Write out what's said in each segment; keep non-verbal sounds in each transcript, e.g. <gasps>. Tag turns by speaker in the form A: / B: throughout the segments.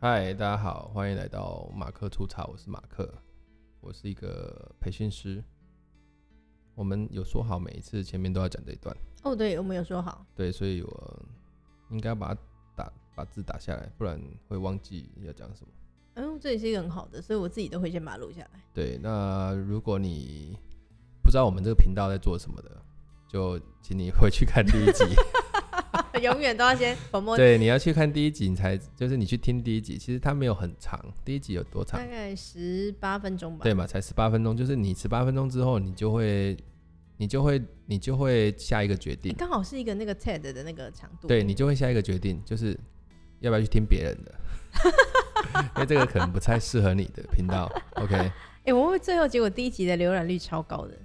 A: 嗨，大家好，欢迎来到马克吐槽，我是马克，我是一个培训师。我们有说好每一次前面都要讲这一段，
B: 哦，对，我们有说好，
A: 对，所以我应该把它打把字打下来，不然会忘记要讲什么。
B: 嗯，这也是一个很好的，所以我自己都会先把它录下来。
A: 对，那如果你不知道我们这个频道在做什么的，就请你回去看第一集。
B: <laughs> 永远都要先粉末，
A: 对，你要去看第一集，你才就是你去听第一集，其实它没有很长，第一集有多长
B: 大？概十八分钟吧。
A: 对嘛，才十八分钟，就是你十八分钟之后，你就会，你就会，你就会下一个决
B: 诶，
A: 定，
B: 刚好是一个那个 TED 的那个长度。
A: 对你就会下一个决定，就是要不要去听别人
B: <laughs>
A: 的，因为这个可能不太适合你的频道。OK，
B: <laughs> 哎、我会最后结果第一集的浏览率超高的，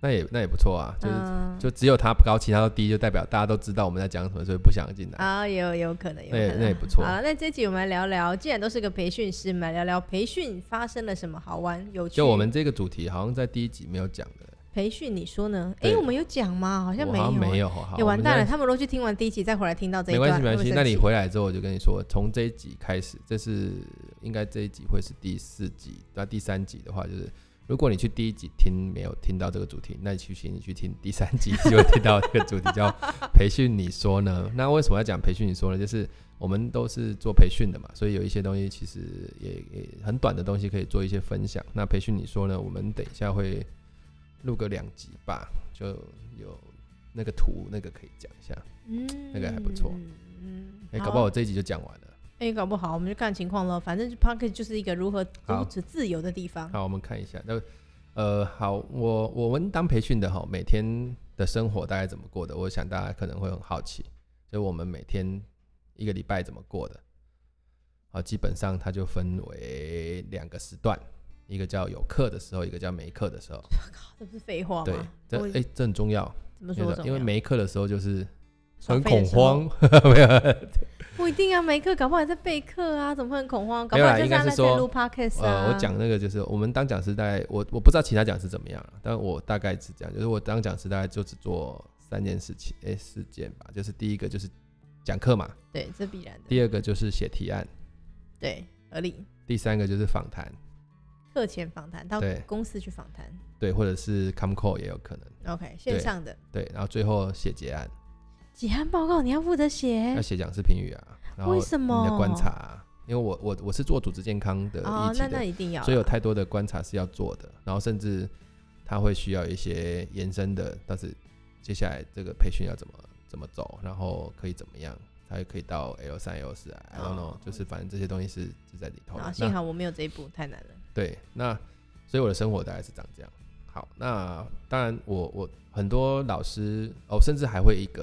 A: 那也那也不错啊，就是、
B: 嗯
A: 就只有他不高，其他都低，就代表大家都知道我们在讲什么，所以不想进来。
B: 啊，也有也有可能，有
A: 那也
B: 可能
A: 那也不错
B: 好，那这集我们来聊聊，既然都是个培训师，我们来聊聊培训发生了什么好玩有趣。
A: 就我们这个主题好像在第一集没有讲的，
B: 培训，你说呢？哎、
A: 对
B: 我们有讲吗？好像
A: 我
B: 没有、
A: 好像没
B: 有。
A: 有，好，
B: 哎、
A: 我
B: 完
A: 们
B: 蛋
A: 现
B: 了！
A: 在
B: 他们如果去听完第一集再回来听到这一
A: 没
B: 段，
A: 关系，没关系。
B: 会不
A: 那
B: 会生
A: 你
B: 气
A: 回来之后，我就跟你说，从这一集开始，这是应该这一集会是第四集。那第三集的话，就是如果你去第一集听没有听到这个主题，那你去请你去听第三集，就会听到这个主题叫培训。你说
B: <laughs>
A: 呢？那为什么要讲培训？你说呢？就是我们都是做培训的嘛，所以有一些东西其实也也很短的东西可以做一些分享。那培训你说呢？我们等一下会录个两集吧，就有那个图那个可以讲一下。
B: 嗯，
A: 那个还不错
B: 嗯，
A: 哎、
B: 好
A: 搞不好我这一集就讲完了。
B: 哎、搞不好我们就看情况了。反正 p o c k e t 就是一个如何
A: 好
B: 如此自由的地方。
A: 好，我们看一下。那呃，好，我我们当培训的哈，每天的生活大概怎么过的？我想大家可能会很好奇，就我们每天一个礼拜怎么过的？好，基本上它就分为两个时段，一个叫有课的时候，一个叫没课的时候。
B: 这不是废话
A: 对
B: 吗？，
A: 这
B: 啊我
A: 哎、这很重要，
B: 怎么
A: 因
B: 说
A: 为
B: 怎么
A: 因为
B: 样
A: 没课的时候就是
B: 耍
A: 很
B: 废的
A: 恐
B: 时候
A: 慌，没有
B: 不一定啊，没课，搞不好还在备课啊，怎么会很恐慌？搞
A: 没有
B: 不
A: 啦
B: 好就
A: 应
B: 是
A: 该
B: 在
A: 是说
B: 录 podcast 啊。
A: 呃，我讲那个就是我们当讲师大概我我不知道其他讲师怎么样啊，但我大概是这样，就是我当讲师大概就只做三件事情，哎、四件吧，就是第一个就是讲课嘛，
B: 对，这必然的，
A: 第二个就是写提案，
B: 对，合理。
A: 第三个就是访谈，
B: 课前访谈到
A: 对
B: 公司去访谈
A: 对，或者是 come call 也有可能，
B: ，OK，线上的
A: 对，然后最后写结案，哎
B: 结案报告你要负责写
A: 要写讲师评语啊，然后
B: 为什么
A: 你的观察啊、因为我我我是做组织健康的
B: 哦
A: 议，题
B: 那
A: 的
B: 那一定要啊，
A: 所以有太多的观察是要做的，然后甚至他会需要一些延伸的，但是接下来这个培训要怎么怎么走，然后可以怎么样，才可以到 L 三 L 四啊，I don't know，、
B: 哦
A: 就是反正这些东西是是在里头的。
B: 啊，
A: 那
B: 幸好我没有这一步，太难了。
A: 对，那所以我的生活大概是长这样。好，那当然我我很多老师哦，甚至还会一个，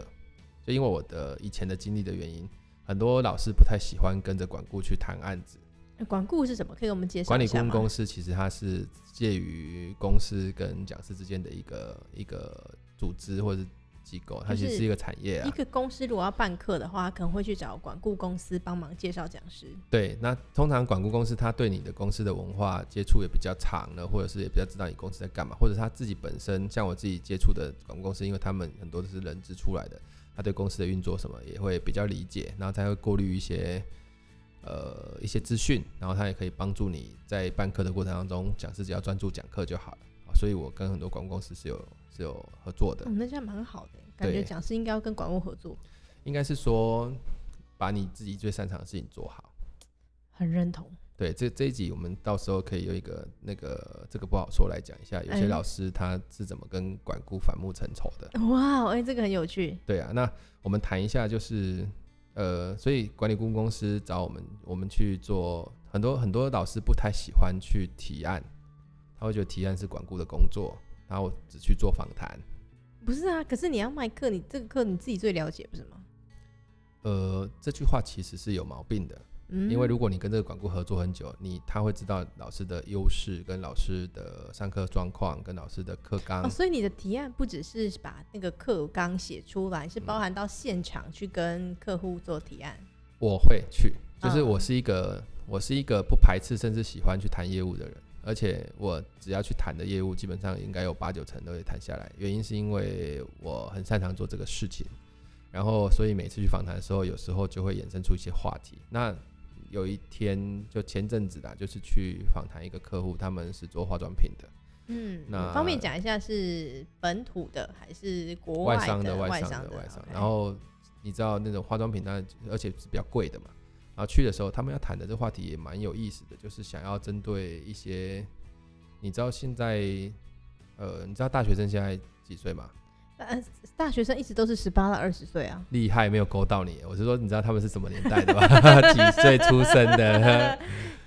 A: 就因为我的以前的经历的原因，很多老师不太喜欢跟着管顾去谈案子。
B: 那管顾是什么？可以给我们介绍
A: 管
B: 一
A: 理顾
B: 下
A: 问
B: 吗？
A: 公司其实它是介于公司跟讲师之间的一个一个组织或者是机构，它其
B: 就
A: 实
B: 是
A: 是一个产业
B: 一
A: 啊。
B: 个公司如果要办课的话，可能会去找管顾公司帮忙介绍讲师。
A: 对，那通常管顾公司它对你的公司的文化接触也比较长了，或者是也比较知道你公司在干嘛，或者他自己本身像我自己接触的管顾公司，因为他们很多都是人资出来的，他对公司的运作什么也会比较理解，然后他会过滤一些。呃，一些资讯，然后他也可以帮助你在办课的过程当中，讲师只要专注讲课就好了。啊所以我跟很多广告公司是有是有合作的
B: 哦，，那这样蛮好的，感觉
A: 对
B: 讲师应该要跟管顾合作，
A: 应该是说把你自己最擅长的事情做好。
B: 很认同。
A: <laughs> 对，这这一集我们到时候可以有一个那个这个不好说来讲一下，有些
B: 嗯
A: 老师他是怎么跟管顾反目成仇的。
B: 哇哦，哎、这个很有趣。
A: 对啊，那我们谈一下就是呃，所以管理顾问公司找我们，我们去做很多很多老师不太喜欢去提案，他会觉得提案是管顾的工作，然后我只去做访谈。
B: 不是啊，可是你要卖课，你这个课你自己最了解，不是吗？
A: 呃，这句话其实是有毛病的，
B: 嗯，
A: 因为如果你跟这个管顾合作很久，你他会知道老师的优势、跟老师的上课状况、跟老师的课纲。
B: 哦，所以你的提案不只是把那个课纲写出来，是包含到现场去跟客户做提案。
A: 我会去，就是
B: 嗯
A: 我是一个、我是一个不排斥甚至喜欢去谈业务的人，而且我只要去谈的业务，基本上应该有八九成都会谈下来。原因是因为我很擅长做这个事情，然后所以每次去访谈的时候，有时候就会衍生出一些话题。那有一天就前阵子啦，就是去访谈一个客户，他们是做化妆品的，
B: 嗯，
A: 那
B: 方便讲一下是本土的还是国
A: 外
B: 的？
A: 商的
B: 外
A: 商
B: 的
A: 外商
B: OK。
A: 然后你知道那种化妆品，那而且是比较贵的嘛。然后去的时候，他们要谈的这话题也蛮有意思的，就是想要针对一些，你知道现在，呃，你知道大学生现在几岁吗？
B: 呃，大学生一直都是十八到二十岁啊。
A: 厉害，没有勾到你。我是说，你知道他们是什么年代的
B: <laughs>
A: 吧？ <laughs> 几岁出生的？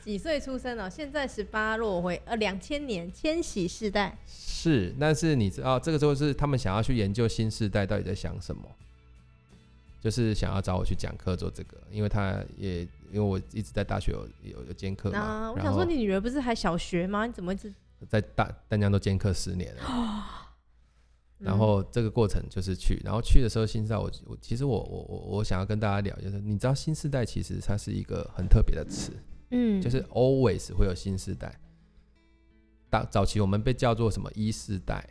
B: 几岁出生哦？现在十八落回呃两千年千禧世代，
A: 是，但是你知道，这个就是他们想要去研究新世代到底在想什么，就是想要找我去讲课做这个，因为他也因为我一直在大学有有有兼课嘛，
B: 那啊我
A: 然
B: 想
A: 后
B: 说你女儿不是还小学吗？你怎么一直？
A: 在大淡江都兼课十年了，
B: <gasps>
A: 然
B: 嗯
A: 后这个过程就是去，然后去的时候新世代我，我其实我我我我想要跟大家聊，就是你知道新世代其实它是一个很特别的词，
B: 嗯，
A: 就是 always 会有新世代。当早期我们被叫做什么一世代，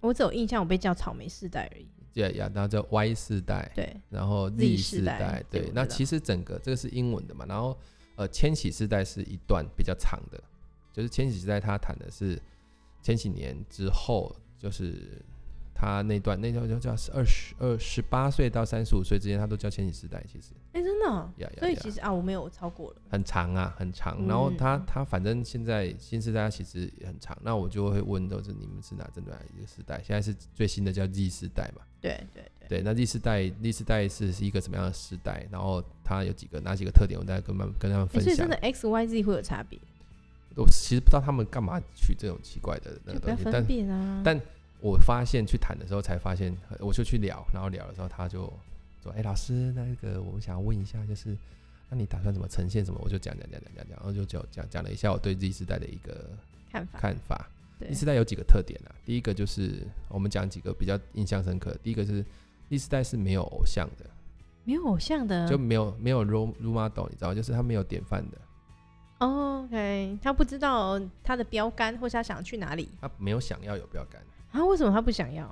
B: 我只有印象我被叫草莓世代而已。
A: 呀呀，然后叫 Y 世代，
B: 对，
A: 然后
B: Z
A: 历
B: 世
A: 世
B: 代
A: 代，
B: 对
A: 对
B: 我，
A: 那
B: 知道
A: 其实整个这个是英文的嘛，然后呃，千禧世代是一段比较长的，就是千禧世代它谈的是千禧年之后，就是它那段那段就叫二十二十八岁到三十五岁之间，它都叫千禧世代，其实
B: 哎、真的哦、
A: 呀呀
B: 所以
A: 呀
B: 其实啊，我没有我超过了。
A: 很长啊，很长。然后
B: 嗯
A: 它它反正现在新世代它其实也很长，那我就会问，就是你们是哪针对哪一个世代？现在是最新的叫 Z 世代嘛？
B: 对对对，
A: 对，那 Z 世代，Z 世代是是一个什么样的时代？然后它有几个哪几个特点？我再跟他们跟他们
B: 诶
A: 分
B: 所以
A: 享
B: 真的。X Y Z 会有差别，
A: 我其实不知道他们干嘛取这种奇怪的那
B: 就
A: 个
B: 不要
A: 东西，
B: 分
A: 但
B: 辨啊。
A: 但我发现去谈的时候才发现，呃我就去聊，然后聊的时候他就说：“哎、老师，那个我们想要问一下，就是那你打算怎么呈现什么？”我就讲讲讲讲讲讲，然后就讲讲讲了一下我对 Z 世代的一个
B: 看法
A: 看法。
B: 对
A: 第，四代有几个特点啊？第一个就是我们讲几个比较印象深刻的。第一个是第四代是没有偶像的，
B: 没有偶像的
A: 就没有没有 role role model，你知道，就是他没有典范的，
B: 哦 OK，他不知道他的标杆，或是他想去哪里
A: 他没有想要有标杆。
B: 啊？为什么他不想要？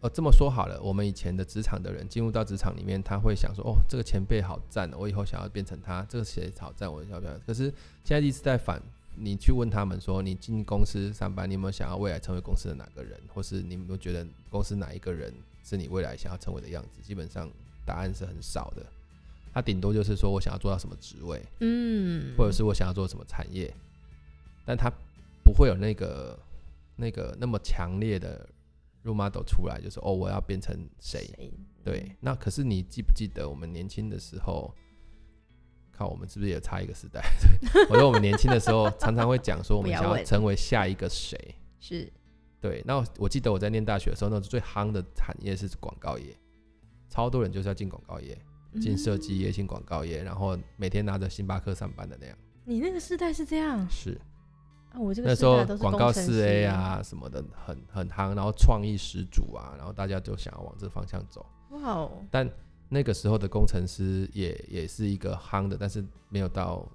A: 哦，这么说好了，我们以前的职场的人进入到职场里面，他会想说，哦，这个前辈好赞哦，我以后想要变成他，这个谁好赞，我要不要？可是现在一直在反，你去问他们说，你进公司上班，你有没有想要未来成为公司的哪个人，或是你有没有觉得公司哪一个人是你未来想要成为的样子？基本上答案是很少的，他顶多就是说我想要做到什么职位，
B: 嗯，
A: 或者是我想要做什么产业，但他不会有那个那个那么强烈的 role model 出来，就是哦，我要变成谁？对，那可是你记不记得我们年轻的时候？靠，我们是不是也差一个时代？ <laughs> 对我说我们年轻的时候常常会讲说，我们
B: 不要
A: 想要
B: 问
A: 成为下一个谁？
B: 是
A: 对，那我我记得我在念大学的时候，那时候最夯的产业是广告业，超多人就是要进广告业，
B: 嗯
A: 进设计业、进广告业，然后每天拿着星巴克上班的那样。
B: 你那个世代是这样
A: 是，
B: 啊？我这个
A: 那
B: 世
A: 时候
B: 代都是
A: 广
B: 工
A: 告
B: 程
A: 四
B: 师
A: A，啊什么的很很夯，然后创意十足啊，然后大家就想要往这方向走。
B: 哇哦，
A: 那个时候的工程师也也是一个夯的，但是没有到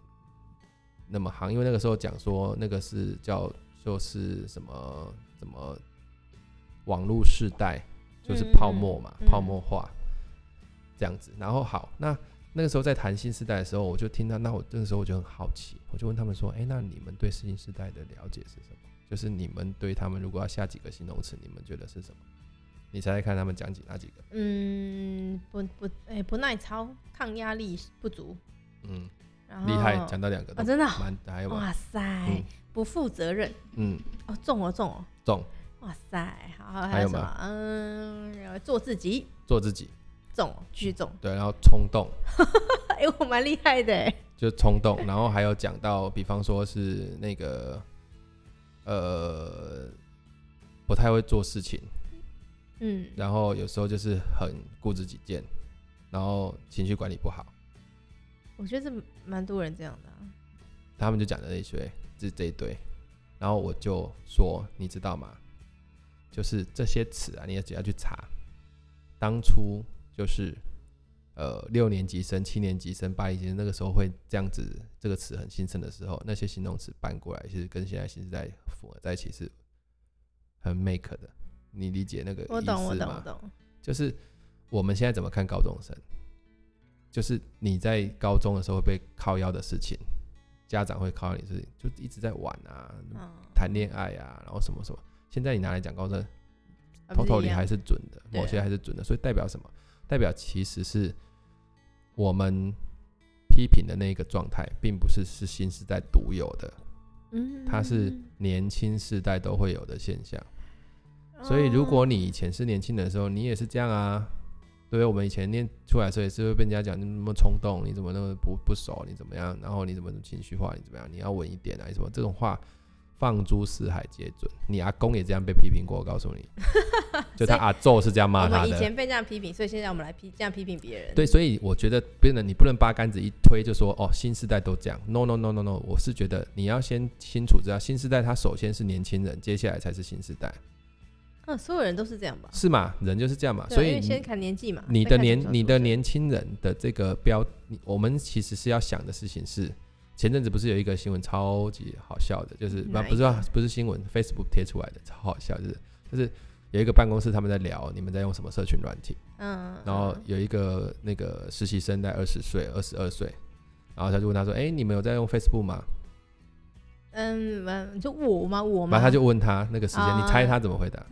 A: 那么夯，因为那个时候讲说那个是叫就是什么什么网络世代，就是
B: 嗯嗯
A: 泡沫嘛，
B: 嗯
A: 泡沫化这样子。然后好，那那个时候在谈新时代的时候，我就听到，那我那个时候我就很好奇，我就问他们说，哎、那你们对新时代的了解是什么？就是你们对他们如果要下几个形容词，你们觉得是什么？你猜猜看，他们讲几哪几个？
B: 嗯，不不，哎、不耐操，抗压力不足，
A: 嗯，
B: 然后
A: 厉害，讲到两个
B: 啊，
A: 都
B: 真的哦、
A: 蛮还有吗？
B: 哇塞，
A: 嗯
B: 不负责任，
A: 嗯，
B: 哦，中哦中哦，
A: 中
B: 哇塞，好，还
A: 还有
B: 什
A: 吗
B: 么？嗯，然后做自己，
A: 做自己，
B: 中哦，继续中， <laughs>
A: 对，然后冲动
B: 哎、我蛮厉害的哎，
A: 就是冲动，然后还有讲到，比方说是那个呃不太会做事情，
B: 嗯，
A: 然后有时候就是很固执己见，然后情绪管理不好，
B: 我觉得这蛮多人这样的啊、
A: 他们就讲的那一些这这一堆，然后我就说，你知道吗？就是这些词啊，你也只要去查，当初就是呃六年级生、七年级生、八年级生那个时候会这样子，这个词很兴盛的时候，那些形容词搬过来，其实跟现在新时代符合在一起是很 make 的。你理解那个意思吗？
B: 我懂我懂我懂，
A: 就是我们现在怎么看高中生？就是你在高中的时候会被靠腰的事情，家长会靠你的事情，就一直在玩啊，
B: 嗯，
A: 谈恋爱啊，然后什么什么。现在你拿来讲高中，
B: 啊
A: 头
B: 不
A: 头
B: 是一
A: 你
B: 样
A: 还是准的，
B: 对啊
A: 某些还是准的，所以代表什么？代表其实是我们批评的那个状态，并不是是新时代独有的，
B: 嗯，
A: 它是年轻世代都会有的现象。
B: 嗯
A: 所以如果你以前是年轻人的时候，你也是这样啊。对不对，我们以前念出来的时候也是会被人家讲你怎么冲动，你怎么那么不不熟，你怎么样，然后你怎么情绪化，你怎么样，你要稳一点啊，你什么这种话放诸四海皆准。你阿公也这样被批评过，我告诉
B: <laughs>
A: 你，就他阿宙是这样
B: 我
A: 骂他
B: 们以
A: 的。
B: 前被这样批评，所以现在我们来批这样批评别人，
A: 对，所以我觉得不能，你不能八竿子一推就说哦，新时代都这样。No No No No No，我是觉得你要先清楚知道，新时代它首先是年轻人，接下来才是新时代，
B: 嗯，所有人都是这样吧？
A: 是嘛？人就是这样嘛，
B: 对啊
A: 所
B: 因
A: 以
B: 为
A: 你
B: 先看年纪嘛，
A: 你
B: 再
A: 的
B: 看
A: 年
B: 成熟
A: 你
B: 度
A: 的
B: 是
A: 年轻人的这个标，你我们其实是要想的事情是，前阵子不是有一个新闻超级好笑的，就是不
B: 嗯哪一
A: 不是
B: 个
A: 啊不是新闻，Facebook 贴出来的超好笑，就是就是有一个办公室他们在聊你们在用什么社群软体，
B: 嗯，
A: 然后
B: 嗯
A: 有一个那个实习生在二十岁二十二岁，然后他就问他说，哎、你们有在用 Facebook 吗？
B: 嗯嗯，就我吗？我
A: 然
B: 吗？
A: 后他就问他那个时间，你猜
B: 啊
A: 他怎么回答？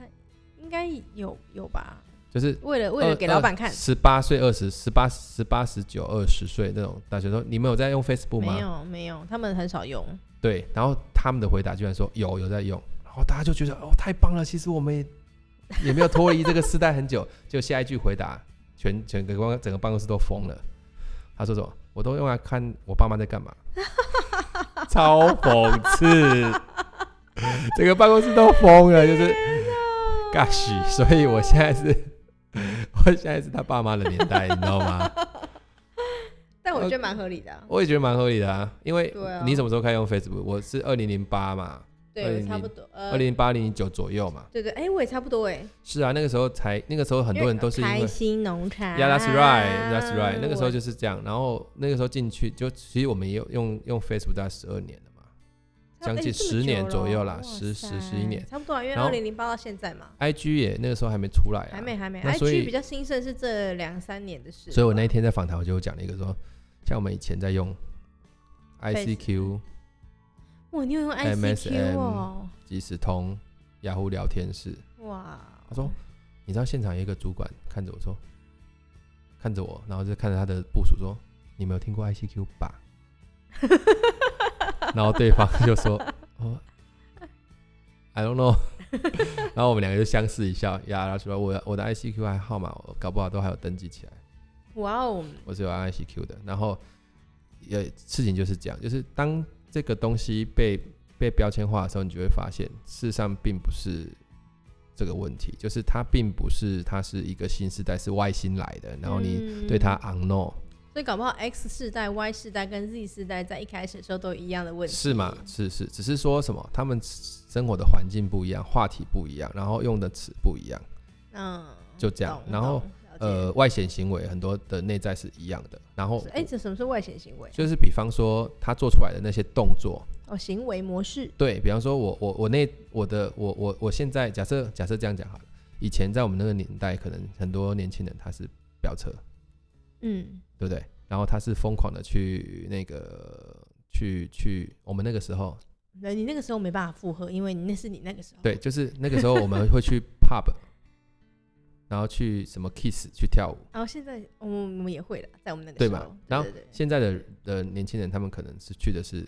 B: 应该有有吧？
A: 就是
B: 为了为
A: 呃
B: 了给老板看，
A: 十八岁、二十、十八、十八、十九、二十岁那种大学生，你们有在用 Facebook 吗？呃
B: 没有没有，他们很少用，
A: 对，然后他们的回答居然说有有在用，然后大家就觉得哦太棒了，其实我们也也没有脱离这个时代很久。 <laughs> 就下一句回答，全整个办整个办公室都疯了。他说什么？我都用来看我爸妈在
B: <laughs>
A: 干嘛，超讽刺，整个办公室都疯了，就是尬许。所以我现在是， <laughs> 我现在是他爸妈的年代，你知道吗？
B: 但我觉得蛮合理的啊，
A: 我也觉得蛮合理的啊，因为
B: 对啊
A: 你什么时候开始用 Facebook？我是二零零八嘛。
B: 对，
A: 20
B: 差不多，呃
A: 二，零八零九左右嘛。
B: 对对，哎，我也差不多哎，
A: 是啊，那个时候才，那个时候很多人都是因
B: 开
A: 为
B: 心农场
A: Yeah, that's right, that's right。那个时候
B: 我
A: 就是这样，然后那个时候进去就，其实我们也有用用 Facebook 大概十二年了嘛，将近
B: 哎
A: 十年左右啦，十十十一年，。
B: 差不多啊，因为
A: 然后
B: 二零零八到现在嘛，
A: IG 也那个时候还没出来啊，
B: 还没还没
A: 那所以
B: ，IG 比较兴盛是这两三年的事吧。
A: 所以我那一天在访谈我就讲了一个说，像我们以前在用 ICQ、
B: 哇，你有用 ICQ 哦，
A: 即时通、雅虎聊天室，
B: 哇，
A: 他说：“你知道现场有一个主管看着我说，看着我，然后就看着他的部署说，你没有听过 ICQ 吧？” <laughs> 然后对方就说：“哦，I don't know。” <laughs> 然后我们两个就相视一笑，呀，然后说：“我我的 ICQ 还号码，我搞不好都还有登记起来，
B: 哇哦，
A: 我是有 ICQ 的。”然后也事情就是这样，就是当这个东西被被标签化的时候，你就会发现，事实上并不是这个问题，就是它并不是它是一个新时代，是外星来的，然后你
B: 你
A: 对它 unknown、
B: 嗯所以搞不好 X 世代、Y 世代跟 Z 世代在一开始的时候都一样的问题，
A: 是吗？是是，只是说什么他们生活的环境不一样，话题不一样，然后用的词不一样，
B: 嗯，
A: 就这样
B: 懂。
A: 然后，
B: 懂了
A: 呃，外显行为很多的内在是一样的，然后
B: 解哎，这什么是外显行为？
A: 就是比方说他做出来的那些动作，
B: 哦，行为模式，
A: 对比方说我我我那我的我我我现在假设假设这样讲好了，以前在我们那个年代，可能很多年轻人他是飙车，
B: 嗯，
A: 对不对？然后他是疯狂的去那个去去，我们那个时候，
B: 那你那个时候没办法附和，因为你那是你那个时候，
A: 对，就是那个时候我们会去 pub，然后去什么 kiss 去跳舞，
B: 然后哦现在我们我们也会了，在我们那个
A: 对
B: 时
A: 嘛
B: 候，
A: 然后
B: 对对对
A: 现在的的年轻人他们可能是去的是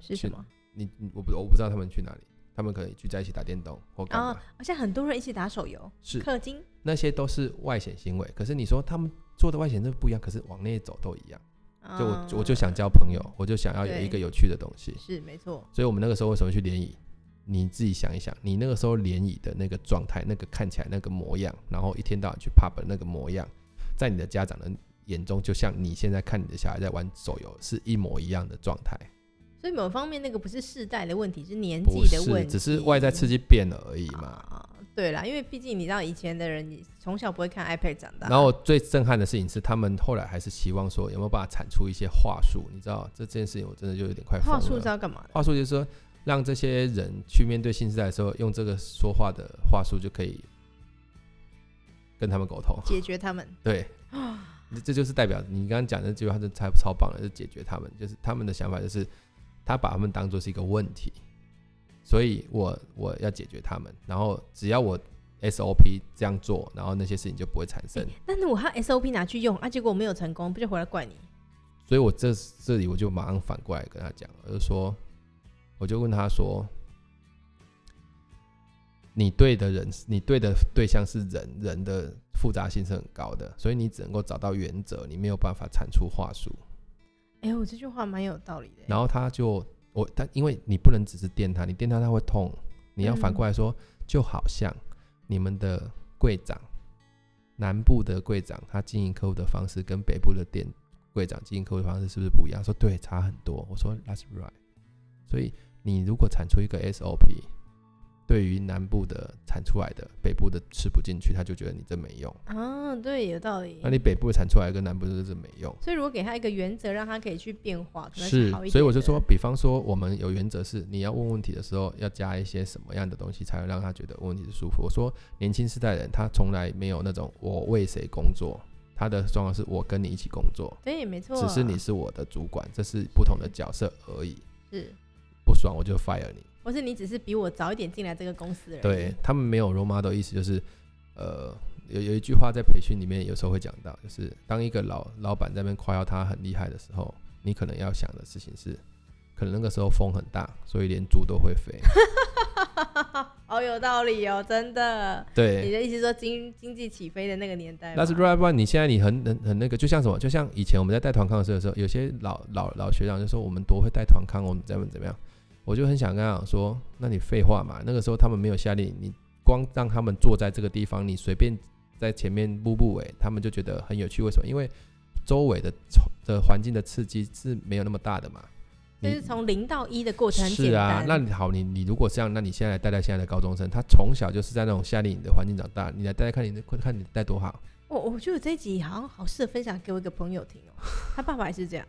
B: 是什么？
A: 你你我不我不知道他们去哪里，他们可能聚在一起打电动或干嘛，
B: 啊，而且很多人一起打手游，
A: 是
B: 氪金，
A: 那些都是外显行为。可是你说他们做的外显都不一样，可是往内走都一样。就我我就
B: 嗯
A: 想交朋友，我就想要有一
B: 对
A: 个有趣的东西，
B: 是没错，
A: 所以我们那个时候为什么去联谊？你自己想一想，你那个时候联谊的那个状态，那个看起来那个模样，然后一天到晚去 pub 的那个模样，在你的家长的眼中，就像你现在看你的小孩在玩手游是一模一样的状态，
B: 所以某方面那个不是世代的问题，是年
A: 不
B: 纪的问
A: 是，
B: 题，
A: 只是外在刺激变了而已嘛。
B: 啊。对啦，因为毕竟你知道以前的人，你从小不会看 iPad 长大，
A: 然后最震撼的事情是，他们后来还是希望说有没有办法产出一些话术，你知道这件事情我真的就有点快疯
B: 话
A: 了。
B: 术是要干嘛的？
A: 话术就是说，让这些人去面对新时代的时候，用这个说话的话术就可以跟他们沟通。 <laughs>
B: 解决他们
A: 对，这就是代表你刚刚讲的这句话，是超超棒的，是解决他们，就是他们的想法就是他把他们当做是一个问题，所以我我要解决他们，然后只要我 SOP 这样做，然后那些事情就不会产生。
B: 但是我还 SOP 拿去用啊，结果我没有成功，不就回来怪你？
A: 所以我这这里我就马上反过来跟他讲，我就说，我就问他说，你对的人，你对的对象是人，人的复杂性是很高的，所以你只能够找到原则，你没有办法产出话术。
B: 哎、我这句话蛮有道理的、欸
A: 然后他就我他，因为你不能只是电他，你电他他会痛，你要反过来说，就好像你们的柜长，南部的柜长他经营客户的方式跟北部的店柜长经营客户的方式是不是不一样？他说对，差很多。我说 That's right。所以你如果产出一个 SOP，对于南部的产出来的，北部的吃不进去，他就觉得你真没用。
B: 啊，对，有道理
A: 那。你北部的产出来跟南部的真没用。
B: 所以如果给他一个原则，让他可以去变化，可能
A: 是
B: 好一点。
A: 所以我就说，，比方说我们有原则是，你要问问题的时候要加一些什么样的东西，才会让他觉得问问题是舒服。我说年轻世代人他从来没有那种我为谁工作，他的状况是我跟你一起工作，
B: 对，没错。
A: 只是你是我的主管，这是不同的角色而已。
B: 是，
A: 不爽我就 fire 你。
B: 或是你只是比我早一点进来这个公司而已。
A: 对，他们没有 role model 意思就是，呃，有有一句话在培训里面有时候会讲到，就是当一个老老板在那边夸耀他很厉害的时候，你可能要想的事情是，可能那个时候风很大，所以连猪都会飞。
B: 好有道理哦，真的。你
A: 对
B: 的意思说经经济起飞的那个年代吗，
A: ，That's right。不然你现在你很很很那个，就像什么，就像以前我们在带团康的时候，有时候有些老老老学长就说我们多会带团康，我们怎么怎么样，我就很想跟他讲说，那你废话嘛，那个时候他们没有下令，你光让他们坐在这个地方，你随便在前面步步尾，他们就觉得很有趣。为什么？因为周围的的环境的刺激是没有那么大的嘛。
B: 就
A: 你
B: 是从零到一的过程很简
A: 是
B: 单。
A: 啊，那你好，你你如果这样，那你现在带带现在的高中生，他从小就是在那种夏令营的环境长大，你来带带看你的，看你带多好。
B: 我哦我觉得我这一集好像好适合分享给我一个朋友听哦，他爸爸也是这样，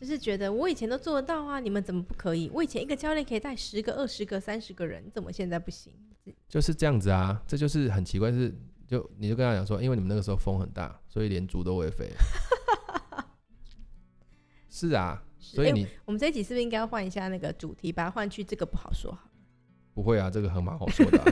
B: 就是觉得我以前都做得到啊，你们怎么不可以？我以前一个教练可以带十个、二十个、三十个人，你怎么现在不行？
A: 就是这样子啊，这就是很奇怪，是就你就跟他讲说，因为你们那个时候风很大，所以连猪都会飞。是啊，
B: 是
A: 所以
B: 哎
A: 你、
B: 我们这一集是不是应该要换一下那个主题，把它换去这个不好说好？
A: 不会啊，这个很蛮好说的啊、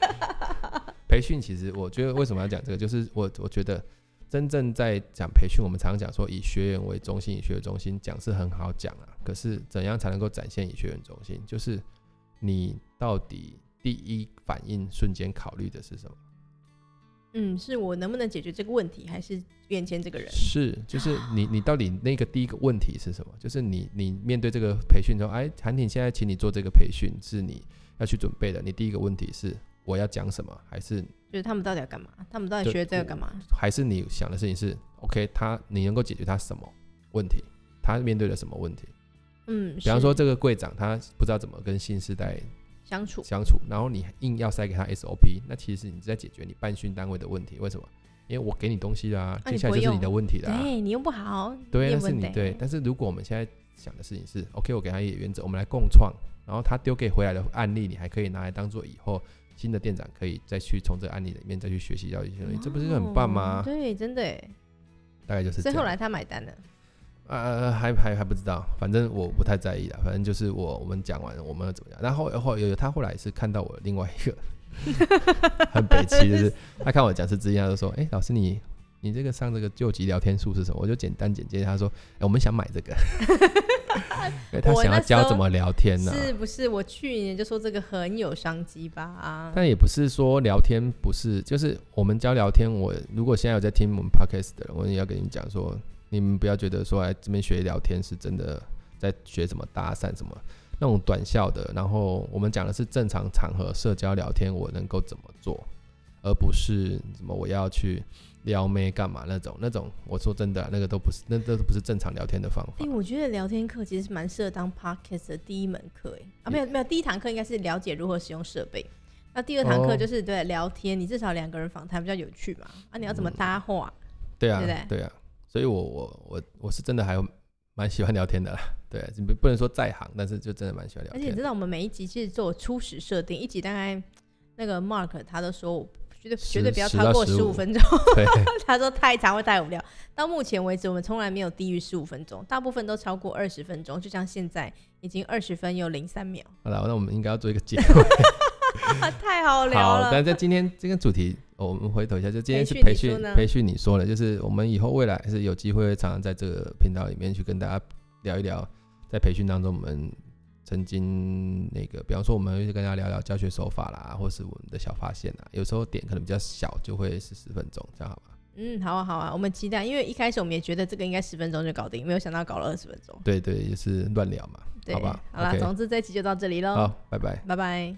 A: <laughs> 培训其实我觉得为什么要讲这个，就是我我觉得真正在讲培训，我们常常讲说以学员为中心，以学员中心讲是很好讲啊，可是怎样才能够展现以学员中心？就是你到底第一反应瞬间考虑的是什么？
B: 嗯，是我能不能解决这个问题，还是眼前这个人？
A: 是，就是你你到底那个第一个问题是什么？就是你你面对这个培训中，哎，韩挺现在请你做这个培训是你要去准备的，你第一个问题是我要讲什么，还是
B: 就是他们到底要干嘛？他们到底
A: 对
B: 学这个干嘛？
A: 还是你想的事情是 OK，他你能够解决他什么问题？他面对了什么问题？
B: 嗯，
A: 比方说
B: 是
A: 这个柜长他不知道怎么跟新时代
B: 相处，
A: 相处，然后你硬要塞给他 SOP，那其实你在解决你办训单位的问题，为什么？因为我给你东西啦、
B: 啊
A: 接
B: 你
A: 下
B: 不
A: 来
B: 会
A: 就是你
B: 用
A: 的问题啦、
B: 对哎你用不好，
A: 啊对，啊
B: 也
A: 那
B: 不
A: 是你
B: 得
A: 对。但是如果我们现在想的事情是，OK，我给他一个原则，我们来共创，然后他丢给回来的案例，你还可以拿来当做以后新的店长可以再去从这个案例里面再去学习到一些东西，这不是很棒
B: 哦
A: 吗？
B: 对，真的耶。
A: 大概就是这
B: 所以后
A: 样。
B: 来他买单了。
A: 呃，还还还不知道，反正我不太在意了。反正就是我我们讲完我们要怎么样，然后后有有他后来是看到我另外一
B: <laughs>
A: 个很北齐，就是他看我讲师之一，他就说：“哎、老师你你这个上这个救急聊天术是什么？”我就简单简介，他说：“哎、我们想买这个，
B: <laughs>
A: 因为他
B: 我
A: 想要
B: 那时候
A: 教怎么聊天啊呢、
B: 是不是我去年就说这个很有商机吧？啊，
A: 但也不是说聊天不是，就是我们教聊天。我如果现在有在听我们 podcast 的人，我也要跟你讲说，你们不要觉得说哎这边学聊天是真的在学什么搭讪什么那种短效的。然后我们讲的是正常场合社交聊天，我能够怎么做，而不是什么我要去撩妹干嘛那种那种。我说真的啊、那个都不是，那那都不是正常聊天的方
B: 哎、
A: 法。
B: 我觉得聊天课其实蛮适合当 podcast 的第一门课，哎，
A: 嗯
B: 啊，没有没有，第一堂课应该是了解如何使用设备，那第二堂课
A: 哦
B: 就是、对聊天，你至少两个人访谈比较有趣嘛，啊，你要怎么搭话？
A: 对啊
B: 对不对，
A: 对啊。所以我我我我是真的还蛮喜欢聊天的啦。 <laughs> 对啊，不不能说在行，但是就真的蛮喜欢聊
B: 而
A: 天
B: 且
A: 的
B: 你知道我们每一集其实做初始设定，一集大概那个 Mark 他都说我绝对
A: 十
B: 绝对不要
A: 10
B: 超过
A: 到
B: 十
A: 15
B: 五分钟。
A: <laughs> 对，
B: 他说太长会太无聊。到目前为止，我们从来没有低于十五分钟，大部分都超过二十分钟。就像现在已经二十分又零三秒， <laughs>
A: 好了，那我们应该要做一个结尾。
B: 啊，太好 <laughs> 聊
A: 好，
B: 了。
A: 但在今天这个主题，哦我们回头一下，就今天
B: <laughs>
A: 是
B: 培
A: 培
B: 训你
A: 训
B: 说呢
A: 培训你说了，就是我们以后未来还是有机会常常在这个频道里面去跟大家聊一聊，在培训当中我们曾经那个，比方说我们会跟大家聊聊教学手法啦，或是我们的小发现啊，有时候点可能比较小，就会是十分钟，这样好吗？
B: 嗯，好啊，好啊，我们期待，因为一开始我们也觉得这个应该十分钟就搞定，没有想到搞了二十分钟。
A: 对对，就是乱聊嘛。
B: 对，
A: 好吧
B: 啦
A: OK
B: 总之这期就到这里喽，
A: 好，拜拜。
B: 拜拜。